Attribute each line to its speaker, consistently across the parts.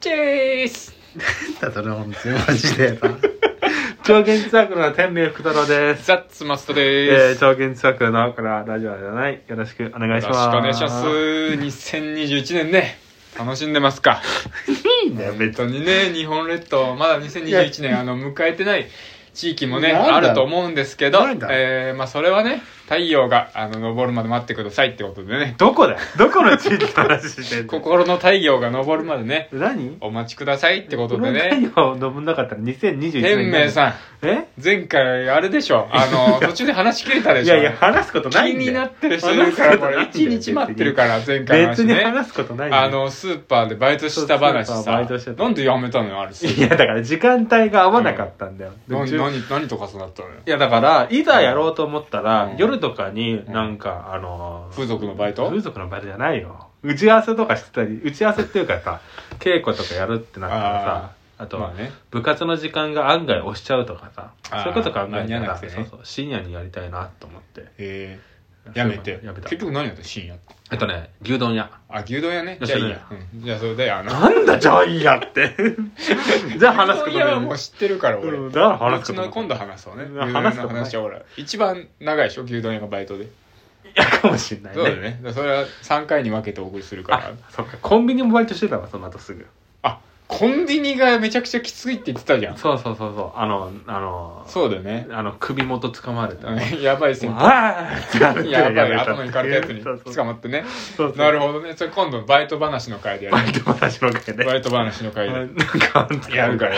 Speaker 1: チェイス
Speaker 2: だそれ本当にマジでさ超現実サークルの天命福太郎です
Speaker 1: ザッツマストで
Speaker 2: え
Speaker 1: す
Speaker 2: ー、、超現実サークルのこれはラジオじゃないよろしくお願いし
Speaker 1: よろ
Speaker 2: ます
Speaker 1: しくお願いします2021年ね楽しんでますか
Speaker 2: いいんだよ
Speaker 1: 本
Speaker 2: 別
Speaker 1: 当
Speaker 2: に
Speaker 1: にね日本列島まだ2021年あの迎えてない地域もね
Speaker 2: なんだ
Speaker 1: あると思うんですけど
Speaker 2: なんだ、
Speaker 1: えーまあ、それはね太陽があの昇るまで待ってくださいってことでね
Speaker 2: どこだよどこの地域の話してんの
Speaker 1: 心の太陽が昇るまでね
Speaker 2: 何
Speaker 1: お待ちくださいってことでね
Speaker 2: 何を飲むなかったら2021年
Speaker 1: 天明
Speaker 2: ん
Speaker 1: さん
Speaker 2: え
Speaker 1: 前回あれでしょあの途中で話切れたで
Speaker 2: い
Speaker 1: しょ
Speaker 2: やいや話すことない
Speaker 1: 気
Speaker 2: んだよ
Speaker 1: になってる人いるからこれ一日待ってるから前回の話
Speaker 2: 別に
Speaker 1: ね
Speaker 2: 話すことないんだよ
Speaker 1: あのスーパーでバイトした話
Speaker 2: そうスーパ
Speaker 1: さ
Speaker 2: ーバイトしてた
Speaker 1: なんでやめたのよあれ
Speaker 2: いやだから時間帯が合わなかったんだよ、
Speaker 1: 何
Speaker 2: で
Speaker 1: 何何と重なったのよ
Speaker 2: いやだからいざやろうと思ったら、
Speaker 1: うん
Speaker 2: 夜とかになんか、あのー
Speaker 1: 風俗のバイト
Speaker 2: 風俗のバイトじゃないよ打ち合わせとかしてたり打ち合わせっていうかさ稽古とかやるってなったらさあと
Speaker 1: ま
Speaker 2: は、
Speaker 1: あね
Speaker 2: 部活の時間が案外押しちゃうとかさ
Speaker 1: あー
Speaker 2: そういうこと考え
Speaker 1: 間に
Speaker 2: た
Speaker 1: 合わなく
Speaker 2: ら、
Speaker 1: てね
Speaker 2: そうそう深夜にやりたいなと思って
Speaker 1: えーやめて
Speaker 2: やめた
Speaker 1: 結局何やった深夜って
Speaker 2: えっとね牛丼屋
Speaker 1: あ牛丼屋ね
Speaker 2: いや
Speaker 1: じゃあいい
Speaker 2: それ
Speaker 1: や、うんじゃあそれであ の
Speaker 2: なんだじゃあいいやって じゃあ話すこ
Speaker 1: 牛
Speaker 2: と
Speaker 1: 丼屋
Speaker 2: な
Speaker 1: はいもう知ってるから俺
Speaker 2: うんだから話
Speaker 1: う
Speaker 2: す
Speaker 1: ち
Speaker 2: ことな
Speaker 1: の
Speaker 2: い
Speaker 1: 今度話そうね
Speaker 2: うん
Speaker 1: 牛丼屋
Speaker 2: 話すこ
Speaker 1: の
Speaker 2: とない
Speaker 1: 話はほら一番長いでしょ牛丼屋がバイトで
Speaker 2: いやかもしんない
Speaker 1: そうだよねだからそれは3回に分けてお送りするか
Speaker 2: あ
Speaker 1: ら
Speaker 2: そっかコンビニもバイトしてたわその後すぐ
Speaker 1: あコンビニがめちゃくちゃきついって言ってたじゃん
Speaker 2: そうそうそうそうあのあの
Speaker 1: そうだよね
Speaker 2: あの首元掴まれた
Speaker 1: やばい先輩
Speaker 2: あーってなって
Speaker 1: やばい
Speaker 2: めた
Speaker 1: 頭にかれたやつに
Speaker 2: そうそう
Speaker 1: 捕まってね
Speaker 2: そうそう
Speaker 1: なるほどねそれ今度バイト話の回でや
Speaker 2: バイ
Speaker 1: る
Speaker 2: ト話の回で
Speaker 1: バイト話の回
Speaker 2: は
Speaker 1: で
Speaker 2: いなんかあん
Speaker 1: やるから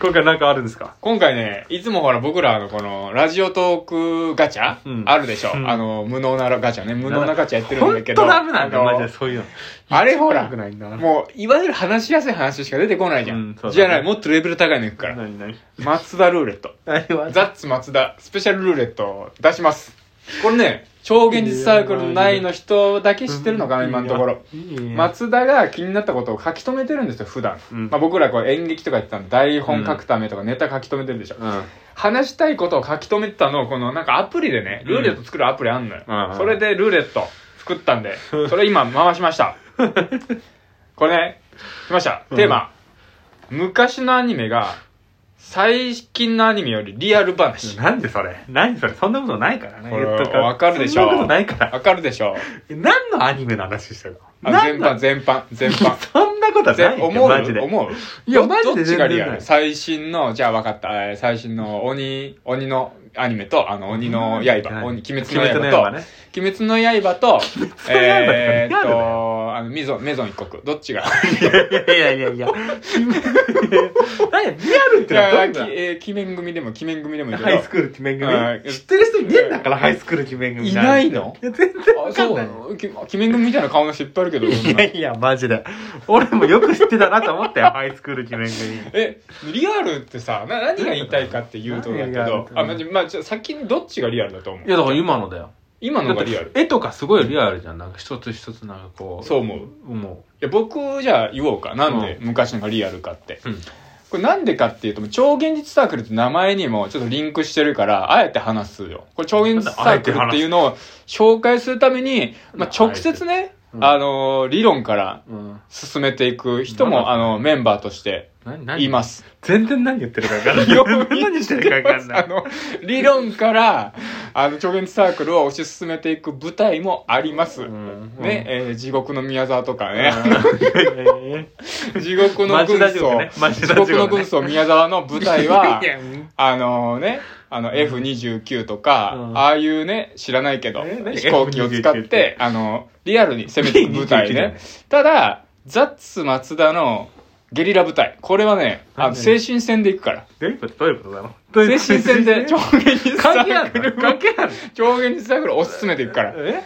Speaker 2: 今回なんかあるんですか
Speaker 1: 今回ねいつもほら僕らのこのラジオトークガチャ、
Speaker 2: うん
Speaker 1: あるでしょ、
Speaker 2: うん
Speaker 1: あの無能なガチャね無能なガチャやってるん
Speaker 2: 本
Speaker 1: だけ
Speaker 2: 当
Speaker 1: ど
Speaker 2: ダメなんだよ
Speaker 1: あ
Speaker 2: マ
Speaker 1: の
Speaker 2: ジでそういうの
Speaker 1: あれほら
Speaker 2: 良くないんだな
Speaker 1: もういわゆる話しやすい話しか出てこないじゃん、
Speaker 2: うんそうだね
Speaker 1: じゃないもっとレベル高いのいくから
Speaker 2: 何何
Speaker 1: 松田ルーレット
Speaker 2: 何は
Speaker 1: ザッツ松田スペシャルルーレットを出しますこれね超現実サークル内の人だけ知ってるのかな今のところ
Speaker 2: いいね
Speaker 1: 松田が気になったことを書き留めてるんですよ普段、
Speaker 2: うん
Speaker 1: まあ、僕らこう演劇とかやってたの台本書くためとかネタ書き留めてるでしょ、
Speaker 2: うん
Speaker 1: 話したいことを書き留めてたのをこのなんかアプリでねルーレット作るアプリあんのよ、
Speaker 2: うん
Speaker 1: それでルーレット作ったんでそれ今回しました これね来ましたテーマ、昔のアニメが最近のアニメよりリアル話
Speaker 2: なんでそれ何それそんなことないからね
Speaker 1: これ
Speaker 2: 言っとく
Speaker 1: わかるでしょ
Speaker 2: そんなことないから
Speaker 1: わかるでしょ
Speaker 2: 何のアニメの話してるの
Speaker 1: あ全
Speaker 2: 何
Speaker 1: 般
Speaker 2: の
Speaker 1: 全般全般
Speaker 2: そんなことは な
Speaker 1: 全
Speaker 2: いよ
Speaker 1: 思う
Speaker 2: マジで
Speaker 1: 思う
Speaker 2: い
Speaker 1: ど
Speaker 2: やマジで
Speaker 1: どっち
Speaker 2: 全
Speaker 1: が
Speaker 2: 然
Speaker 1: リア
Speaker 2: な
Speaker 1: ル
Speaker 2: い
Speaker 1: 最新のじゃあ分かったえー最新の鬼鬼のアニメとあの鬼の刃
Speaker 2: うん
Speaker 1: 鬼鬼滅の刃と
Speaker 2: ね
Speaker 1: 鬼滅の刃 と
Speaker 2: 刃
Speaker 1: えーっ
Speaker 2: リアルだ
Speaker 1: とあのメゾンメゾン一国どっちが
Speaker 2: いやいやいやいや。何や、リアルっ
Speaker 1: い
Speaker 2: てのは
Speaker 1: や
Speaker 2: ど
Speaker 1: い
Speaker 2: ん
Speaker 1: や
Speaker 2: な
Speaker 1: きえー鬼面組でも鬼面組でもいいけど
Speaker 2: ハイスクール鬼面
Speaker 1: うん
Speaker 2: 組知ってる人いねえんだから、ハイスクール鬼面組
Speaker 1: いないの
Speaker 2: や、全然わ
Speaker 1: あ
Speaker 2: か
Speaker 1: そ
Speaker 2: ん
Speaker 1: う
Speaker 2: な。
Speaker 1: ないのき鬼面組みたいな顔の人いっぱいあるけど
Speaker 2: いやいや、マジで。俺もよく知ってたなと思ったよ、ハイスクール鬼面組。
Speaker 1: えリアルってさな何が言いたいかっていうとだけ
Speaker 2: 何がリアル
Speaker 1: ど
Speaker 2: って
Speaker 1: あ、まあじゃあまあ、じゃあ先にどっちがリアルだと思う
Speaker 2: いや、だから今のだよ。
Speaker 1: 今のがリアル
Speaker 2: 絵とかすごいリアルじゃん。なんか一つ一つなんかこう。
Speaker 1: そう思うい
Speaker 2: うん。も
Speaker 1: や僕じゃあ言おうかなんで昔のがリアルかって、
Speaker 2: う。うん。
Speaker 1: これなんでかっていうと超現実サークルって名前にもちょっとリンクしてるからあえて話すよこれ超現実サークルっていうのを紹介するために、まあ、直接ね、
Speaker 2: うん
Speaker 1: あのー理論から進めていく人も、
Speaker 2: うん
Speaker 1: あのメンバーとして
Speaker 2: 何。
Speaker 1: いますす
Speaker 2: 全然 何言ってるかわ かんない。何してるかわかんな
Speaker 1: あ
Speaker 2: い。
Speaker 1: の理論からあの超現実サークルを推し進めていく舞台もあります、
Speaker 2: うん
Speaker 1: ね、。えー地獄の宮沢とかね、
Speaker 2: う ん
Speaker 1: 地獄の
Speaker 2: マジ
Speaker 1: 軍
Speaker 2: ラジオ
Speaker 1: 曹、
Speaker 2: ねマジ
Speaker 1: 地
Speaker 2: ラジオね
Speaker 1: 獄の軍曹宮沢の舞台 はい
Speaker 2: やうん
Speaker 1: あのねあの F29 とか、
Speaker 2: うん
Speaker 1: ああいうね知らないけど
Speaker 2: え何
Speaker 1: 飛行機を使っ
Speaker 2: F29 って
Speaker 1: てあのリアルに攻めていく舞台
Speaker 2: P29
Speaker 1: ねただザッツ松田のゲリラ舞台これはねあの
Speaker 2: 何
Speaker 1: 精神戦でいくから
Speaker 2: どういうことどういうことだろう
Speaker 1: 精神戦で超現実サ
Speaker 2: 関係あ
Speaker 1: ーク
Speaker 2: る
Speaker 1: ル
Speaker 2: の関係ある
Speaker 1: 超現実サークルを推し進めていくから道
Speaker 2: え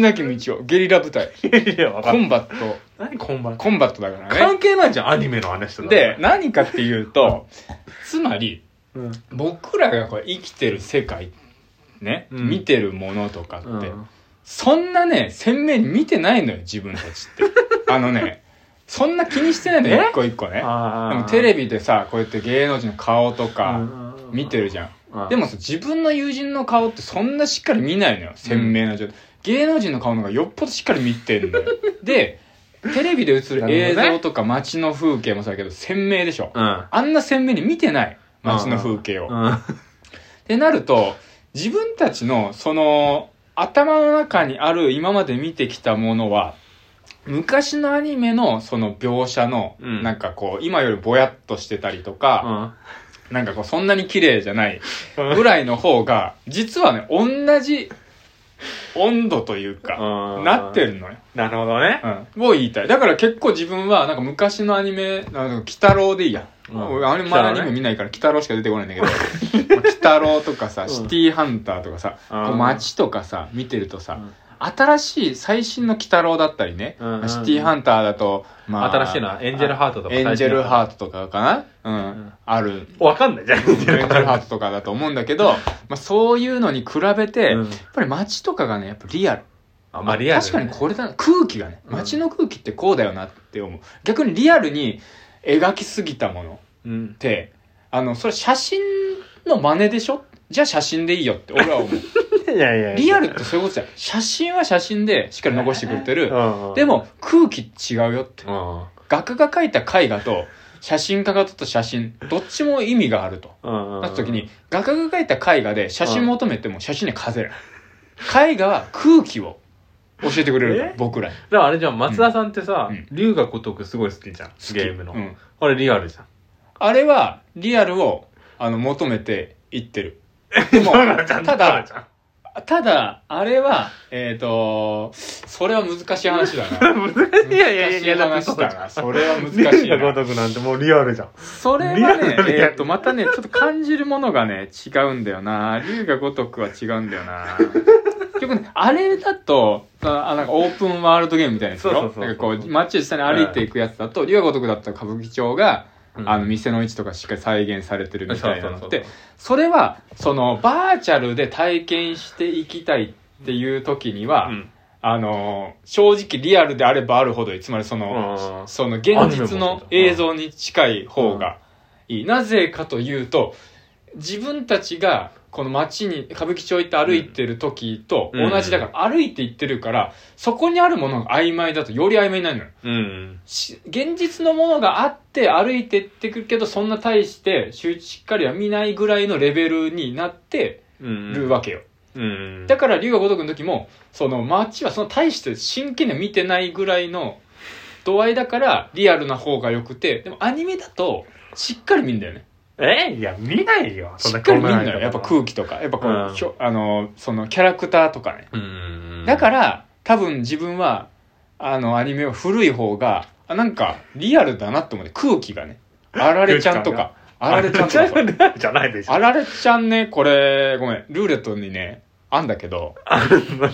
Speaker 1: なき道をゲリラ舞台
Speaker 2: い や、わか
Speaker 1: コ
Speaker 2: んない。
Speaker 1: ンバット
Speaker 2: 何こんばん
Speaker 1: コンバットだからね
Speaker 2: 関係ないじゃん、アニメの話とか。
Speaker 1: で、何かっていうとつまり
Speaker 2: うん。
Speaker 1: 僕らがこれ生きてる世界ね、
Speaker 2: うん
Speaker 1: 見てるものとかって、
Speaker 2: うん
Speaker 1: そんなね鮮明に見てないのよ自分たちって あのねそんな気にしてないのよ
Speaker 2: え
Speaker 1: 一個一個ねで
Speaker 2: あ
Speaker 1: もテレ
Speaker 2: ビ
Speaker 1: ビでさこうやって芸能人の顔とか見てるじゃん、
Speaker 2: うん
Speaker 1: でもさ自分の友人の顔ってそんなしっか り見ないのよ鮮明な状態、芸能人の顔の方がよっぽどしっかり見てるのよでテレビで映る
Speaker 2: なる
Speaker 1: 映
Speaker 2: ほどね
Speaker 1: 像とか街の風景もそうだけど鮮明でしょ、
Speaker 2: うん。
Speaker 1: あんな鮮明に見てない街の風景を、
Speaker 2: うん。うん
Speaker 1: ってなると自分たちのその頭の中にある今まで見てきたものは昔のアニメのその描写の、
Speaker 2: うん
Speaker 1: なんかこう今よりぼやっとしてたりとか、なんかこうそんなに綺麗じゃないぐらいの方が実はね同じ温度というか、
Speaker 2: うん
Speaker 1: なってるのよ、
Speaker 2: なるほどね。
Speaker 1: を言いたいだから結構自分はなんか昔のアニメ「あの鬼太郎」でいいや、
Speaker 2: うん
Speaker 1: 俺アニメまだア
Speaker 2: 鬼太郎
Speaker 1: ニ
Speaker 2: ね
Speaker 1: メ見ないから鬼太郎しか出てこないんだけど まあ鬼太郎とかさ、
Speaker 2: ん
Speaker 1: シティーハンターとかさ、
Speaker 2: うん
Speaker 1: こう街とかさ見てるとさ、
Speaker 2: うん
Speaker 1: 新しい最新の鬼太郎だったりね、
Speaker 2: うんうんうん
Speaker 1: まあシティーハンターだと、まあ、
Speaker 2: 新しいのはエンジェルハートとか
Speaker 1: エンジェルハ
Speaker 2: ー
Speaker 1: ートとかかなうん、
Speaker 2: うん
Speaker 1: ある
Speaker 2: ト。わかんないじゃん、エン
Speaker 1: エンジェルハートとかだと思うんだけど、まあ、そういうのに比べて、
Speaker 2: うん
Speaker 1: やっぱり街とかがねやっぱリアル
Speaker 2: あまあリアル。
Speaker 1: 確かにこれだな空気がね
Speaker 2: うん
Speaker 1: 街の空気ってこうだよなって思う、逆にリアルに描きすぎたもの
Speaker 2: うん
Speaker 1: っ。てあのそれ写真の真似でしょじゃあ写真でいいよって俺 は思う
Speaker 2: いやいや
Speaker 1: リアルってそういうことじゃん写真は写真でしっかり残してくれてる
Speaker 2: ル
Speaker 1: で、も空気違うよって
Speaker 2: うん。
Speaker 1: 画家が描いた絵画と写真家が撮った写真どっちも意味があると
Speaker 2: うん。
Speaker 1: なった時に、画家が描いた絵画で写真求めても写真には風る絵画は空気を教えてくれるから
Speaker 2: え
Speaker 1: 僕らに
Speaker 2: だからあれじゃん、松田さんってさ
Speaker 1: うん、
Speaker 2: 龍が如くすごい好きじゃん。ゲームの
Speaker 1: う。ん
Speaker 2: あれリアルじゃん。
Speaker 1: あれはリアルをあの求めていって るでも ただただあれはえっ、とそれは難しい話 だな
Speaker 2: 難し い。いやいやいやいや、
Speaker 1: 難しい話だなそれは難しい
Speaker 2: 龍
Speaker 1: な
Speaker 2: が如くなんてもうリアルじゃん。
Speaker 1: それは
Speaker 2: リアル
Speaker 1: ね
Speaker 2: なリアル
Speaker 1: えっ、とまたねちょっと感じるものがね違うんだよな龍が如くは違うんだよ な結局ねあれだとああなんかオープンワールドゲームみたいなやつだ
Speaker 2: そ
Speaker 1: ろ
Speaker 2: うそうそうそう
Speaker 1: なんかこう街を下に歩いていくやつだと龍が如くだったら歌舞伎町が、
Speaker 2: うん
Speaker 1: あの店の位置とかしっかり再現されてるみたいなのって
Speaker 2: そうそうそうそう
Speaker 1: それはそのバーチャルで体験していきたいっていう時には、
Speaker 2: うん
Speaker 1: あの正直リアルであればあるほどいいつまりその、
Speaker 2: うん
Speaker 1: その現実の映像に近い方がいい、なぜかというと自分たちがこの街に歌舞伎町行って歩いてる時と
Speaker 2: うん
Speaker 1: 同じだから、歩いて行ってるからそこにあるものが曖昧だとより曖昧になるのよ
Speaker 2: うん。
Speaker 1: し現実のものがあって歩いてってくるけどそんな大してししっかりは見ないぐらいのレベルになってるわけよ、
Speaker 2: うん。
Speaker 1: だから龍が如くの時もその街はその大して真剣には見てないぐらいの度合いだからリアルな方がよくてでもアニメだとしっかり見るんだよね
Speaker 2: えいや、見ないよ。
Speaker 1: しっかり見るのよやっぱ
Speaker 2: う。
Speaker 1: 空気とかやっぱこう、
Speaker 2: うん
Speaker 1: ひょあのそのキャラクターとかね
Speaker 2: うん。
Speaker 1: だから多分自分はあのアニメは古い方があなんかリアルだなって思って空気がねあられちゃんとかあられちゃんとかそう
Speaker 2: じゃないでしょ。
Speaker 1: あられちゃんねこれごめんルーレットにねあんだけど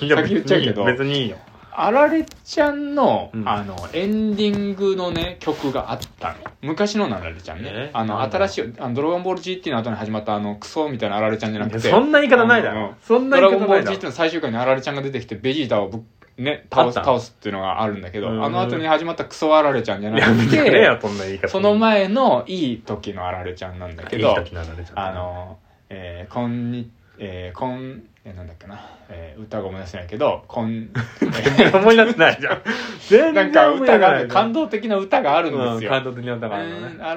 Speaker 2: いや
Speaker 1: 先言っちゃうけど
Speaker 2: 別にいいよ。
Speaker 1: あられちゃんの、
Speaker 2: うん
Speaker 1: あのエンディングのね曲があったの昔ののあられちゃんね、
Speaker 2: え
Speaker 1: あの
Speaker 2: なんだ
Speaker 1: 新しいあの「ドラゴンボール GT」の後に始まったあのクソみたいなあられちゃんじゃなくて
Speaker 2: そんな言い方ないだ
Speaker 1: あの
Speaker 2: ろ。そんな
Speaker 1: ドラ
Speaker 2: 言い
Speaker 1: ゴン
Speaker 2: 方
Speaker 1: ボ
Speaker 2: な
Speaker 1: ー
Speaker 2: い
Speaker 1: ル
Speaker 2: だ
Speaker 1: GT。
Speaker 2: ろ
Speaker 1: の最終回にアラレちゃんが出てきてベジータをぶっね、倒す
Speaker 2: あったの
Speaker 1: 倒すっていうのがあるんだけど
Speaker 2: うん
Speaker 1: あの後に始まったクソアラレちゃんじゃなく
Speaker 2: いや、ねえ
Speaker 1: て
Speaker 2: よ、そんな言い方。
Speaker 1: その前のいい時のアラレちゃんなんだけど
Speaker 2: いい時なられちゃった
Speaker 1: あ、の、えー、こんに、えー、こん、えーなんだっけな、えー、歌が思い出せないけど、こ ん、
Speaker 2: 思い出せないじゃん。全然
Speaker 1: なんか歌がある、感
Speaker 2: 動
Speaker 1: 動的な歌があるん
Speaker 2: う
Speaker 1: で
Speaker 2: ん
Speaker 1: すよ。
Speaker 2: 感動的な歌があるのね。
Speaker 1: うんあ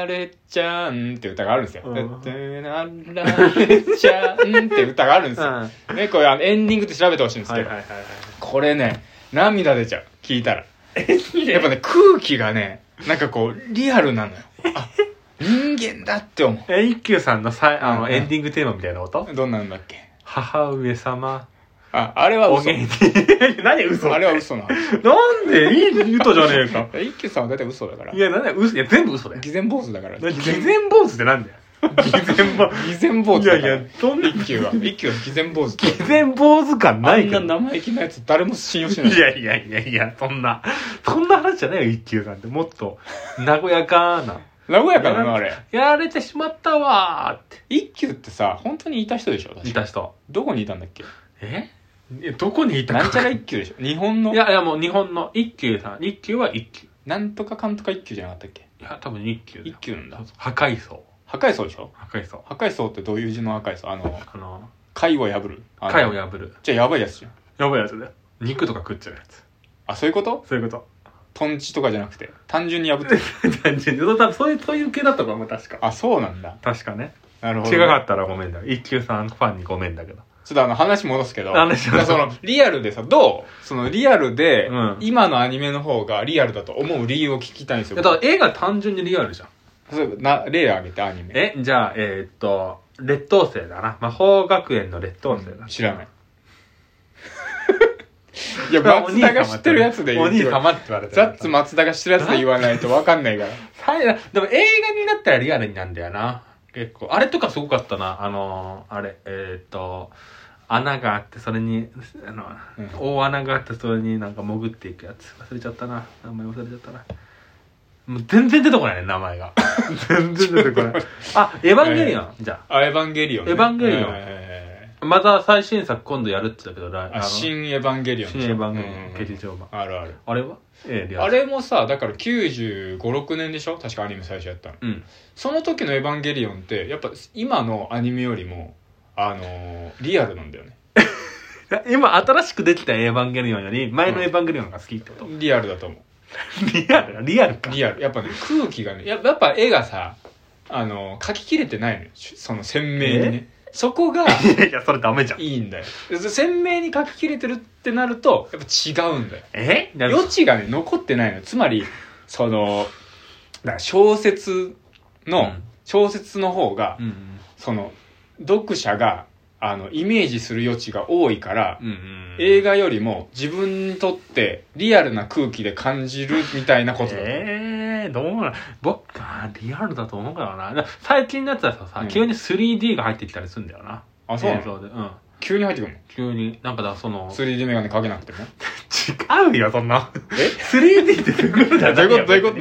Speaker 1: られちゃんって歌があるんですよ。
Speaker 2: うん
Speaker 1: あられちゃんって歌があるん ですよ。ね、これあのエンディングって調べてほしいんです
Speaker 2: は
Speaker 1: け
Speaker 2: い
Speaker 1: ど
Speaker 2: はい、はい
Speaker 1: これね、涙出ちゃう。聞いたら。
Speaker 2: はい。
Speaker 1: やっぱね、空気がね、なんかこう、リアルなのよ。あ、人間だって思
Speaker 2: え、一休さんのさいあ
Speaker 1: うん
Speaker 2: のエンディングテーマみたいなこと
Speaker 1: う。どんなんだっけ
Speaker 2: 母上様、
Speaker 1: あ、あれは
Speaker 2: お
Speaker 1: 嘘。
Speaker 2: 元気。 何嘘
Speaker 1: あれは嘘なの。
Speaker 2: なんでいい歌じゃね えか。
Speaker 1: 一休さんは大体嘘だから
Speaker 2: い。や、なんだよ嘘。いや、全部嘘だよ。
Speaker 1: 偽善坊主だから。
Speaker 2: 偽善坊主ってなんだよ。偽善坊
Speaker 1: 偽善坊
Speaker 2: 主。い
Speaker 1: 主
Speaker 2: や
Speaker 1: だ
Speaker 2: い
Speaker 1: から。
Speaker 2: や、どんな
Speaker 1: 一休は、一休は偽善坊主だ
Speaker 2: 偽善坊主感ないけ
Speaker 1: あんな
Speaker 2: ど。
Speaker 1: 生意気なやつ誰も信用しない。
Speaker 2: いやいやいやいや、そんな、そんな話じゃないよ、一休さんって。もっと、和やかな。
Speaker 1: 和やかなのあれ。
Speaker 2: やられてしまったわーって。
Speaker 1: 一休ってさ、本当にいた人でしょ確
Speaker 2: い
Speaker 1: か
Speaker 2: た人。
Speaker 1: どこにいたんだっけ
Speaker 2: ええどこにいた
Speaker 1: なんちゃら
Speaker 2: い
Speaker 1: 一休でしょ日本の、
Speaker 2: やいや、もう日本の一休さん。一休は一休。
Speaker 1: なんとかかんとか一休じゃなかったっけ
Speaker 2: いや、多分一休だ
Speaker 1: 一休
Speaker 2: よ。
Speaker 1: なんだ。
Speaker 2: 破壊層。
Speaker 1: 破壊層でしょ
Speaker 2: 破壊層。
Speaker 1: 破壊層ってどういう字の破壊層あの、
Speaker 2: あの、
Speaker 1: 貝を破る。あの
Speaker 2: 貝を破る。
Speaker 1: じゃあやばいやつじゃん。
Speaker 2: やばいやつだよ。肉とか食っちゃうやつ。
Speaker 1: あ、そういうこと
Speaker 2: そういうこと。
Speaker 1: トンチとかじゃなくて単純に破ってる
Speaker 2: 単純に多分そういうそういう系だったと思う確か
Speaker 1: あそうなんだ
Speaker 2: 確かね
Speaker 1: なるほど
Speaker 2: 違かったらごめんだよ一級さんファンにごめんだけど
Speaker 1: ちょっとあの話戻すけど
Speaker 2: 話戻す
Speaker 1: そのリアルでさどうそのリアルで、
Speaker 2: うん
Speaker 1: 今のアニメの方がリアルだと思う理由を聞きたいんです
Speaker 2: い
Speaker 1: よ
Speaker 2: やだから絵が単純にリアルじゃん
Speaker 1: そうな例挙げてアニメ
Speaker 2: えじゃあえーっと劣等生だな魔法学園の劣等生だ、
Speaker 1: 知らない いや松田が知ってるやつで言
Speaker 2: お
Speaker 1: う
Speaker 2: 兄様って言われて
Speaker 1: ザッツ松田が知ってるやつで言わないと分かんないから
Speaker 2: はいでも映画になったらリアルになんだよな結構あれとかすごかったなあのーあれえーっと穴があってそれにあの、
Speaker 1: うん
Speaker 2: 大穴があってそれになんか潜っていくやつ忘れちゃったな名前忘れちゃったなもう全然出てこないね名前が 全然出てこない あエヴァンゲリオン、じゃ
Speaker 1: あエヴァンゲリオンね、
Speaker 2: エヴァンゲリオン
Speaker 1: はいはいはいはい
Speaker 2: あまた最新作今度やるって言ったけど来
Speaker 1: あ
Speaker 2: の
Speaker 1: 新エヴァンゲリオン
Speaker 2: 新エヴァンゲリオン
Speaker 1: うん
Speaker 2: 劇場版
Speaker 1: あるある
Speaker 2: あれはええリアル
Speaker 1: あれもさだから9 5 6年でしょ確かアニメ最初やったの
Speaker 2: うん
Speaker 1: その時の「エヴァンゲリオン」ってやっぱ今のアニメよりもあのーリアルなんだよね
Speaker 2: 今新しくできたエヴァンゲリオンより前のエヴァンゲリオンが好きってこと、
Speaker 1: リアルだと思う
Speaker 2: リアルリアルか
Speaker 1: リアルやっぱね空気がねややっぱ絵がさあのー描ききれてないのよしその鮮明にねそこが
Speaker 2: いやいやそれダメじゃん
Speaker 1: いいんだよで鮮明に描ききれてるってなるとやっぱ違うんだよ
Speaker 2: え
Speaker 1: 余地がね残ってないのつまりそのだから小説
Speaker 2: う
Speaker 1: の
Speaker 2: ん
Speaker 1: 小説の方が
Speaker 2: うん
Speaker 1: その読者があのイメージする余地が多いから
Speaker 2: うんうん
Speaker 1: 映
Speaker 2: 画
Speaker 1: 画よりも自分にとってリアルな空気で感じるみたいなことだ
Speaker 2: えー、どうなん僕はリアルだと思うからなだ最近のやつはさ、
Speaker 1: うん
Speaker 2: 急に 3D が入ってきたりするんだよな
Speaker 1: あそうな
Speaker 2: 映
Speaker 1: の
Speaker 2: 像でうん
Speaker 1: 急に入ってくるの
Speaker 2: 急になんかだ その
Speaker 1: 3D メガネかけなくても
Speaker 2: 違うよそんな
Speaker 1: え
Speaker 2: 3D ってどういうこと
Speaker 1: どういうことどういうこと